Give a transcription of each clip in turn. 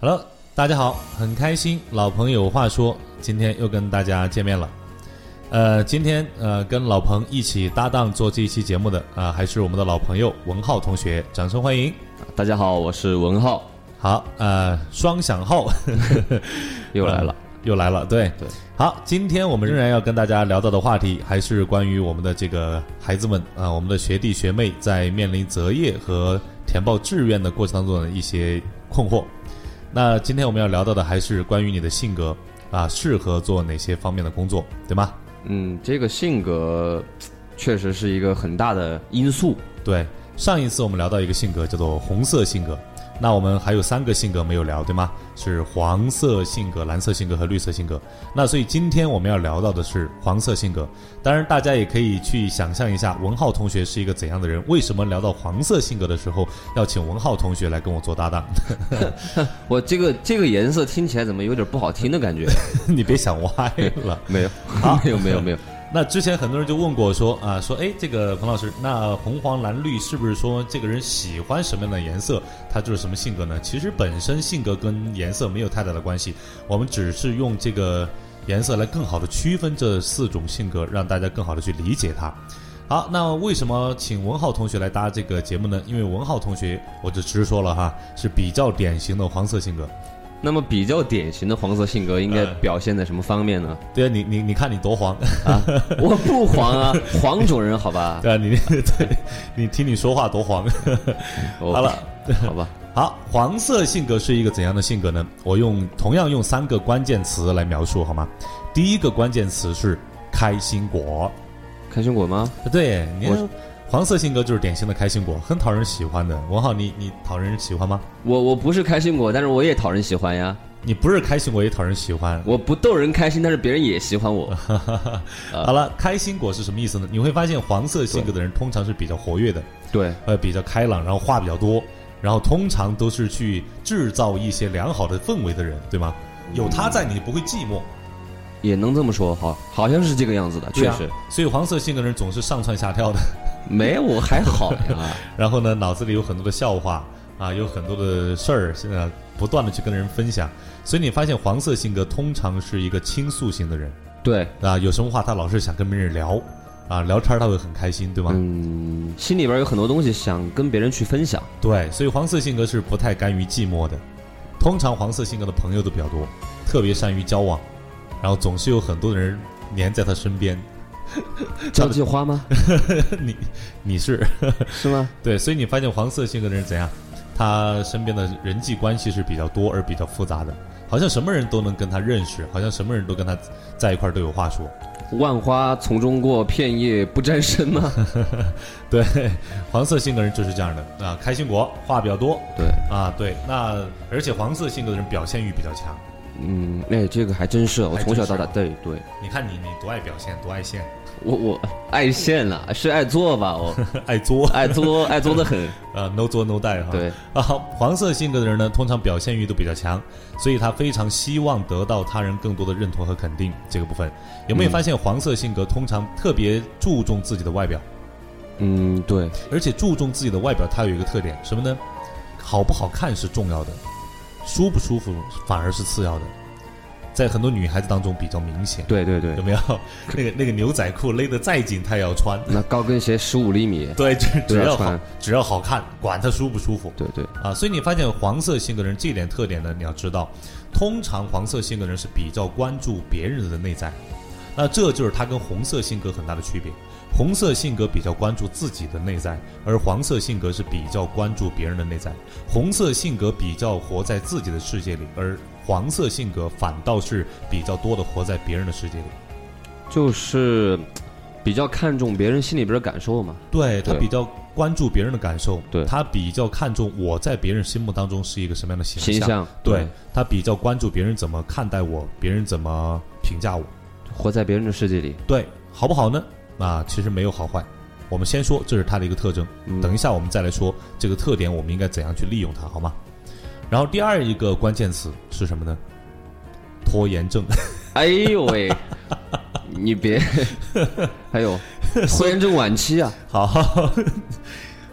Hello，大家好，很开心，老朋友有话说，今天又跟大家见面了。呃，今天呃跟老彭一起搭档做这一期节目的啊、呃还是我们的老朋友文浩同学，掌声欢迎。大家好，我是文浩，好，呃，双响号又来了。又来了，对对。好，今天我们仍然要跟大家聊到的话题，还是关于我们的这个孩子们啊、我们的学弟学妹在面临择业和填报志愿的过程当中的一些困惑。那今天我们要聊到的还是关于你的性格啊，适合做哪些方面的工作，对吗？嗯，这个性格嘖确实是一个很大的因素。对，上一次我们聊到一个性格叫做红色性格，那我们还有三个性格没有聊，对吗？是黄色性格、蓝色性格和绿色性格。那所以今天我们要聊到的是黄色性格。当然，大家也可以去想象一下文浩同学是一个怎样的人。为什么聊到黄色性格的时候要请文浩同学来跟我做搭档？ 我这个这个颜色听起来怎么有点不好听的 感觉？你别想歪了。没 有，没有，没有，没有。那之前很多人就问过说啊，说哎，这个彭老师，那红黄蓝绿是不是说这个人喜欢什么样的颜色，他就是什么性格呢？其实本身性格跟颜色没有太大的关系，我们只是用这个颜色来更好的区分这四种性格，让大家更好的去理解它。好，那为什么请文浩同学来搭这个节目呢？因为文浩同学，我就直说了哈，是比较典型的黄色性格。那么比较典型的黄色性格应该呃表现在什么方面呢？ 对啊，你你你看你多黄，我不黄 啊，黄种人好吧？对啊，你对，你听你说话多黄。我好了， 好吧，好，黄色性格是一个怎样的性格呢？我用同样用三个关键词来描述好吗？第一个关键词是开心果，开心果吗？对，你看我黄色性格就是典型的开心果，很讨人喜欢的。文浩，你你讨人喜欢吗？我我不是开心果，但是我也讨人喜欢呀。嗯你不是开心果也讨人喜欢。我不逗人开心，但是别人也喜 欢我。好了，开心果是什么意思呢？你会发现黄色性格的人通常是比较活跃的，对，呃，比较开朗，然后话比较多，然后通常都是去制造一些良好的氛围的人，对吗？有他在，你不会寂寞。也能这么说，好，好像是这个样子的，对确啊实。所以黄色性格人总是上蹿下跳的， 没，我还好呀。然后呢，脑子里有很多的笑话啊，有很多的事儿，现在不断的去跟人分享。所以你发现黄色性格通常是一个倾诉型的人对，啊，有什么话他老是想跟别人聊啊，聊天儿他会很开心，对吗？嗯，心里边有很多东西想跟别人去分享。对，所以黄色性格是不太甘于寂寞的。通常黄色性格的朋友都比较多，特别善于交往，然后总是有很多的人黏在他身边。交际花吗？你你是是吗？对，所以你发现黄色性格的人怎样，他身边的人际关系是比较多而比较复杂的，好像什么人都能跟他认识，好像什么人都跟他在一块儿都有话说。万花丛中过，片叶不沾身吗？对，黄色性格人就是这样的啊，开心果话比较多对，啊，对，那而且黄色性格的人表现欲比较强。嗯，哎，这个还真是，我还真从小到大，是对对，你看你你多爱表现，多爱现， 我我爱现了，是爱做吧？我爱作爱做，爱做的很。啊，no 作 no die 哈。对，啊，黄色性格的人呢，通常表现欲都比较强，所以他非常希望得到他人更多的认同和肯定。这个部分有没有嗯发现，黄色性格通常特别注重自己的外表，嗯，对，而且注重自己的外表，它有一个特点，什么呢？好不好看是重要的，舒不舒服反而是次要的，在很多女孩子当中比较明显，对对对 有，没有？那个那个牛仔裤勒得再紧，她也要穿。 那高跟鞋十五厘米，对，只都只要要好穿，只要好看，管它舒不舒服。对对，啊，所以你发现黄色性格人这一点特点呢，你要知道，通常黄色性格人是比较关注别人的内在，那这就是他跟红色性格很大的区别。红色性格比较关注自己的内在，而黄色性格是比较关注别人的内在。红色性格比较活在自己的世界里，而黄色性格反倒是比较多的活在别人的世界里。就是比较看重别人心里边的感受嘛。对他对比较关注别人的感受，对他比较看重我在别人心目当中是一个什么样的形形象，对，他比较关注别人怎么看待我，别人怎么评价我，活在别人的世界里。对，好不好呢？啊，其实没有好坏。我们先说这是他的一个特征，嗯等一下我们再来说这个特点，我们应该怎样去利用它，好吗？然后第二一个关键词是什么呢？拖延症。 哎呦喂，哎你别，还有拖延症晚期啊，好，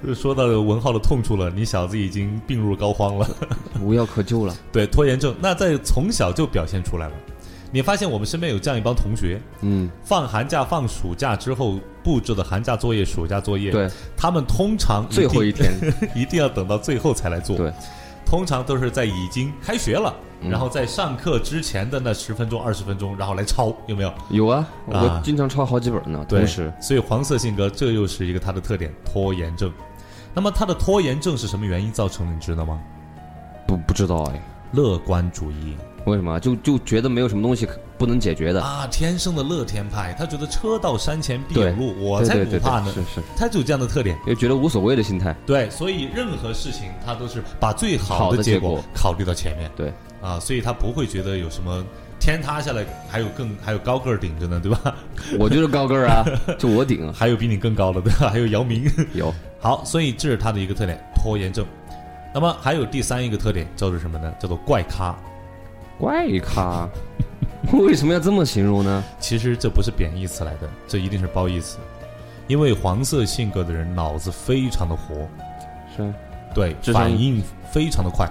就 说到文浩的痛处了，你小子已经病入膏肓了。无药可救了。对，拖延症，那在从小就表现出来了。你发现我们身边有这样一帮同学，嗯，放寒假、放暑假之后布置的寒假作业、暑假作业，对，他们通常最后一一天，定 一定要等到最后才来做。对，通常都是在已经开学了，嗯然后在上课之前的那十分钟、二十分钟，然后来抄，有没有？ 有啊，啊我经常抄好几本呢，同时，所以黄色性格这又是一个他的特点——拖延症。那么他的拖延症是什么原因造成的？你知道吗？不不知道哎，乐观主义为什么啊就就觉得没有什么东西可不能解决的？啊，天生的乐天派，他觉得车到山前必有对路，我才对不对对怕对，呢。是是，他就有这样的特点，又觉得无所谓的心态，对，所以任何事情他都是把最好好的的结结果果考虑到前面对，啊，所以他不会觉得有什么天塌下来还有更还有高个儿顶着呢，对吧？ 我就是高个儿啊，就我顶还有比你更高的，对吧？还有姚明。 有，好，所以这是他的一个特点，拖延症。那么还有第三一个特点叫做什么呢？叫做怪咖。怪咖，为什么要这么形容呢？其实这不是贬义词来的，这一定是褒义词，因为黄色性格的人脑子非常的活，是啊对，智商反应非常的快。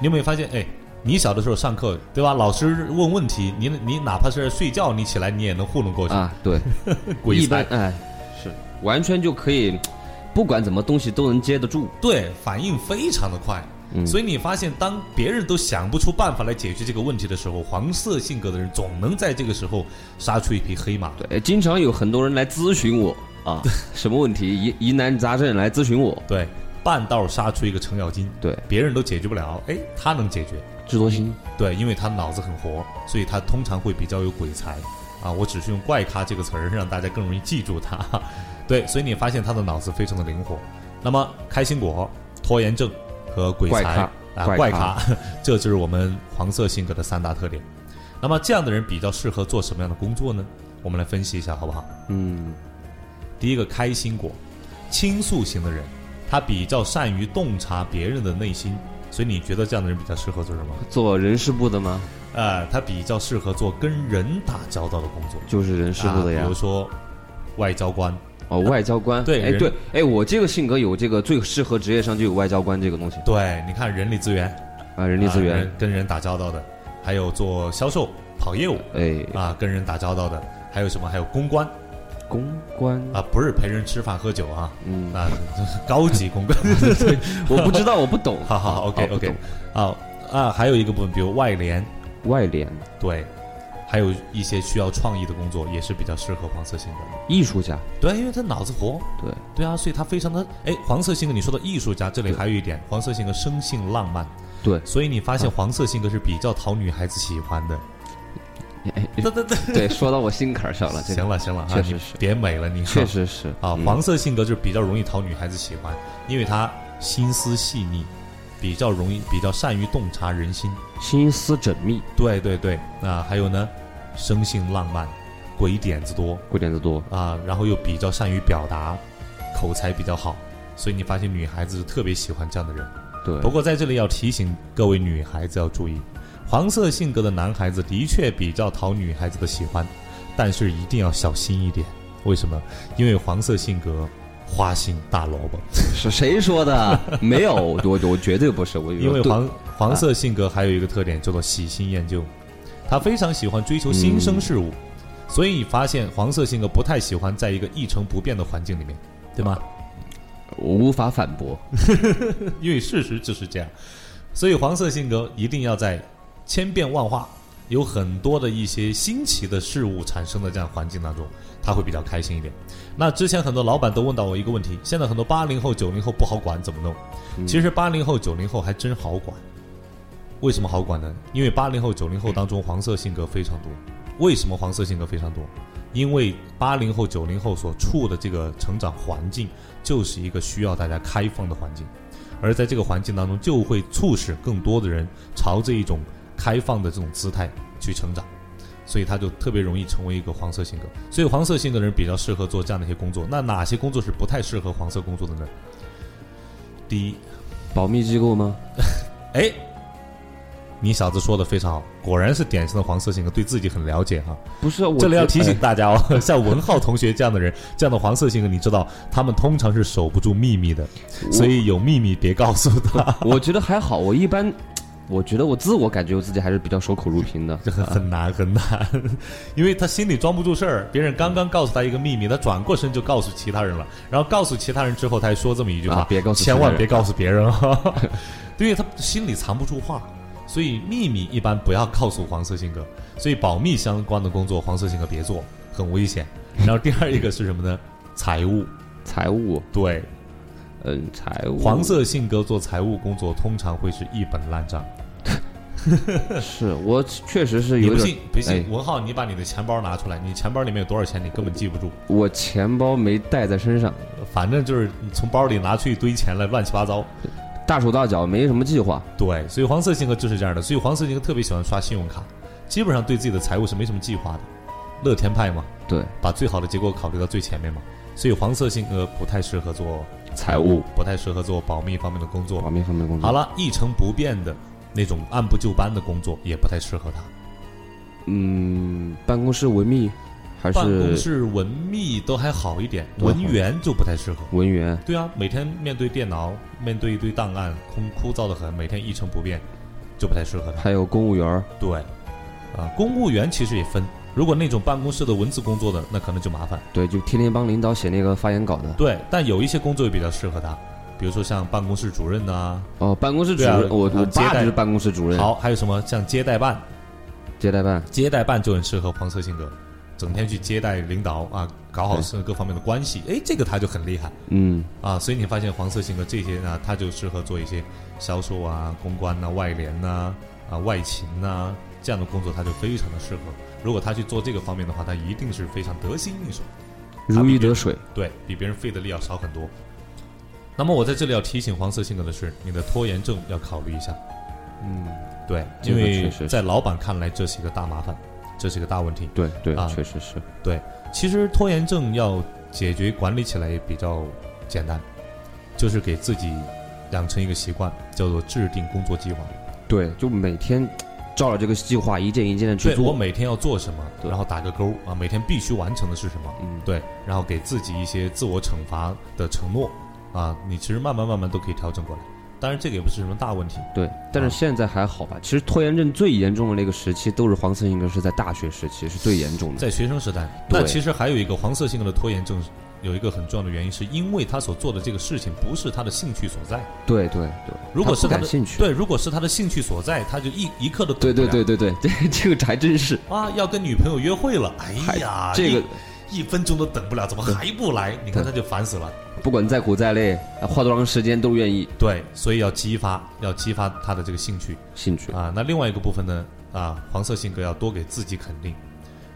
你有没有发现？哎，你小的时候上课，对吧？老师问问题，你你哪怕是在睡觉，你起来你也能糊弄过去。啊，对，鬼一般才，哎，是完全就可以，不管怎么东西都能接得住，对，反应非常的快。嗯所以你发现，当别人都想不出办法来解决这个问题的时候，黄色性格的人总能在这个时候杀出一匹黑马。对，经常有很多人来咨询我 啊，什么问题疑疑难杂症来咨询我，对，半道杀出一个程咬金，对，别人都解决不了，哎，他能解决。智多星，对，因为他脑子很活，所以他通常会比较有鬼才啊。我只是用“怪咖”这个词儿，让大家更容易记住他。 对，所以你发现他的脑子非常的灵活。那么，开心果、拖延症和鬼才怪咖啊，怪怪咖咖， 这就是我们黄色性格的三大特点。那么，这样的人比较适合做什么样的工作呢？我们来分析一下，好不好？嗯，第一个开心果，倾诉型的人，他比较善于洞察别人的内心，所以你觉得这样的人比较适合做什么？做人事部的吗？呃，他比较适合做跟人打交道的工作，就是人事部的啊比呀如，说外交官，哦，外交官，啊对哎人对，哎，我这个性格有这个最适合职业上就有外交官这个东西对，你看人力资源，啊，人力资啊源人，跟人打交道的，还有做销售、跑业务哎，啊，跟人打交道的，还有什么？还有公关公关，啊，不是陪人吃饭喝酒啊， 嗯，啊，这是高级公 关我不知道，我 不懂，好好好啊，OK，不懂 OK 啊啊，还有一个部分，比如外联，外联，对，还有一些需要创意的工作，也是比较适合黄色性格的。艺术家，对，因为他脑子活，对对啊，所以他非常的哎，黄色性格，你说的艺术家，这里对还有一点，黄色性格生性浪漫， 对所以你发啊现黄色性格是比较讨女孩子喜欢的。哎哎对对对，对，说到我心坎儿上了，这个行了行了啊，确实你是别美了，你确实是啊，嗯黄色性格就是比较容易讨女孩子喜欢，因为他心思细腻，比较容易，比较善于洞察人心。心思缜密，对对对，啊，还有呢，生性浪漫，鬼点子多贵点子多，啊，然后又比较善于表达，口才比较好，所以你发现女孩子是特别喜欢这样的人。对不，过在这里要提醒各位女孩子要注意，黄色性格的男孩子的确比较讨女孩子的喜欢，但是一定要小心一点。为什么？因为黄色性格花心大萝卜。是谁说的？没有， 我我绝对不是，我因为对黄黄色性格还有一个特点叫做喜新厌旧，他非常喜欢追求新生事物，所以你发现黄色性格不太喜欢在一个一成不变的环境里面，对吗？我无法反驳， 因为事实就是这样，所以黄色性格一定要在千变万化、有很多的一些新奇的事物产生的这样环境当中，他会比较开心一点。那之前很多老板都问到我一个问题，现在很多八零后、九零后不好管怎么弄？嗯其实八零后、九零后还真好管，为什么好管呢？因为八零后、九零后当中黄色性格非常多。为什么黄色性格非常多？因为八零后、九零后所处的这个成长环境，就是一个需要大家开放的环境。而在这个环境当中，就会促使更多的人朝着一种开放的这种姿态去成长，所以他就特别容易成为一个黄色性格。所以黄色性格的人比较适合做这样的一些工作。那哪些工作是不太适合黄色工作的呢？第一，保密机构吗？哎，你小子说的非常好，果然是典型的黄色性格，对自己很了解哈、不是啊我这里要提醒哎大家哦，像文浩同学这样的人，这样的黄色性格，你知道，他们通常是守不住秘密的，所以有秘密别告诉他，我觉得还好，我一般，我觉得我自我感觉我自己还是比较守口如瓶的。这很很难很难，因为他心里装不住事儿，别人刚刚告诉他一个秘密，他转过身就告诉其他人了，然后告诉其他人之后，他还说这么一句话：啊别告诉千其他万人别告诉别人哈、 哈，因为他心里藏不住话。所以秘密一般不要告诉黄色性格，所以保密相关的工作黄色性格别做，很危险。然后第二一个是什么呢？ 财务，财务，对，嗯，财务，黄色性格做财务工作通常会是一本烂账。是我确实是你有不点信，？不信哎？文浩，你把你的钱包拿出来，你钱包里面有多少钱，你根本记不住。我钱包没带在身上，反正就是你从包里拿出一堆钱来，乱七八糟。大手大脚，没什么计划。对，所以黄色性格就是这样的。所以黄色性格特别喜欢刷信用卡，基本上对自己的财务是没什么计划的。乐天派嘛，对，把最好的结果考虑到最前面嘛。所以黄色性格不太适合做财务不太适合做保密方面的工作。保密方面的工作。好，了，一成不变的那种按部就班的工作也不太适合他。嗯，办公室文秘还办公是室文秘都还好一点，都还好文员就不太适合。文员？对啊，每天面对电脑，面对一堆档案，空枯燥的很，每天一成不变，就不太适合他。还有公务员儿。对，啊、公务员其实也分，如果那种办公室的文字工作的，那可能就麻烦。对，就天天帮领导写那个发言稿的。对，但有一些工作也比较适合他，比如说像办公室主任呐、哦，办公室主对任，啊我啊我接爸待就是办公室主任，好，还有什么像接待办，接待办。接待办就很适合黄色性格，整天去接待领导啊，搞好是各方面的关系，哎，这个他就很厉害。嗯，啊，所以你发现黄色性格这些呢，它就适合做一些销售啊、公关呐、外联呐、啊、外勤呐、这样的工作，它就非常的适合。如果他去做这个方面的话，他一定是非常得心应手，如鱼得水。对比别人费的力要少很多。那么我在这里要提醒黄色性格的是，你的拖延症要考虑一下，嗯，对，这因个为确实是在老板看来这是一个大麻烦，这是一个大问题。对对啊，确实是。其实拖延症要解决管理起来也比较简单，就是给自己养成一个习惯，叫做制定工作计划。对，就每天照着这个计划一件一件的去对我做。每天要做什么，对然后打个勾啊，每天必须完成的是什么，嗯，对，然后给自己一些自我惩罚的承诺啊，你其实慢慢慢慢都可以调整过来。当然，这个也不是什么大问题。对，但是啊现在还好吧？其实拖延症最严重的那个时期，都是黄色性格是在大学时期是最严重的。在学生时代，对那其实还有一个黄色性格的拖延症，有一个很重要的原因，是因为他所做的这个事情不是他的兴趣所在。对对对，如果他是不他感的兴趣，对，如啊果是他的兴趣所在，他就一一刻都对对不了对对对， 这这个还真是。啊，要跟女朋友约会了，哎呀，这个一一分钟都等不了，怎么还不来？你看他就烦死了。不管再苦再累，啊花多长时间都愿意对，所以要激发，要激发他的这个兴趣兴趣。啊。那另外一个部分呢，啊，黄色性格要多给自己肯定，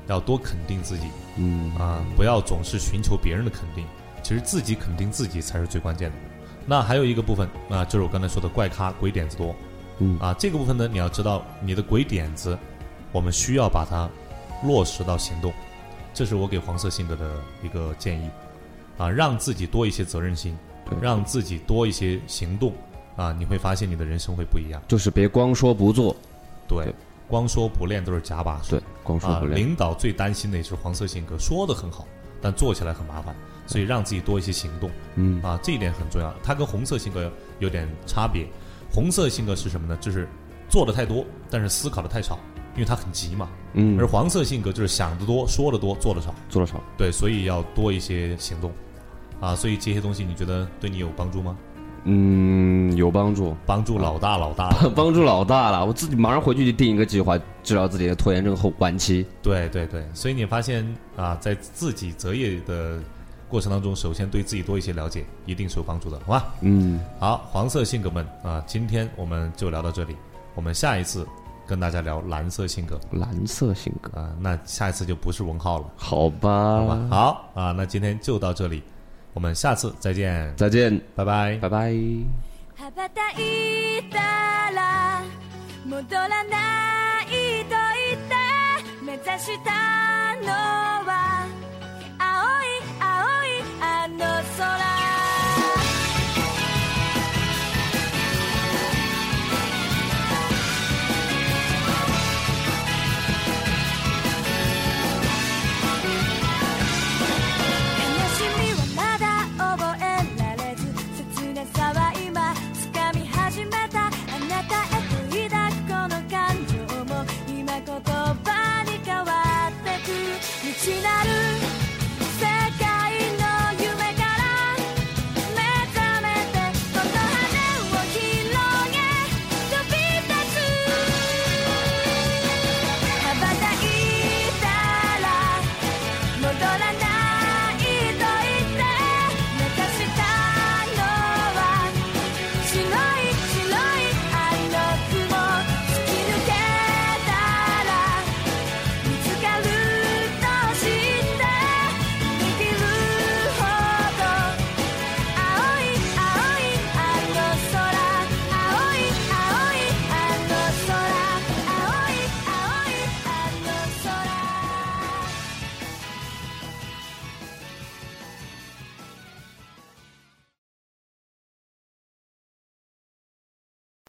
要多肯定自己嗯，啊，不要总是寻求别人的肯定，其实自己肯定自己才是最关键的。那还有一个部分啊，就是我刚才说的怪咖鬼点子多，嗯啊，这个部分呢，你要知道你的鬼点子，我们需要把它落实到行动，这是我给黄色性格的一个建议，啊，让自己多一些责任心对，让自己多一些行动，啊，你会发现你的人生会不一样。就是别光说不做，对，对光说不练都是假把式。对，光说啊不，练。领导最担心的也是黄色性格，说的很好，但做起来很麻烦，所以让自己多一些行动嗯，啊，这一点很重要。它跟红色性格有点差别，红色性格是什么呢？就是做的太多，但是思考的太少，因为他很急嘛。嗯而，黄色性格就是想得多，说的多，做的少。做了少。对，所以要多一些行动啊。所以这些东西你觉得对你有帮助吗？嗯，有帮助，帮助老大，老大了。 帮助老大了。我自己马上回去就定一个计划，治疗自己的拖延症后晚期。对对对，所以你发现啊，在自己择业的过程当中，首先对自己多一些了解，一定是有帮助的，好吧？嗯，好，黄色性格们啊，今天我们就聊到这里，我们下一次跟大家聊蓝色性格蓝色性格，啊，那下一次就不是文浩了，好吧，好吧？好啊，那今天就到这里，我们下次再见，再见，拜拜。拜拜。羽ばたいたら戻らないと言って目指したのは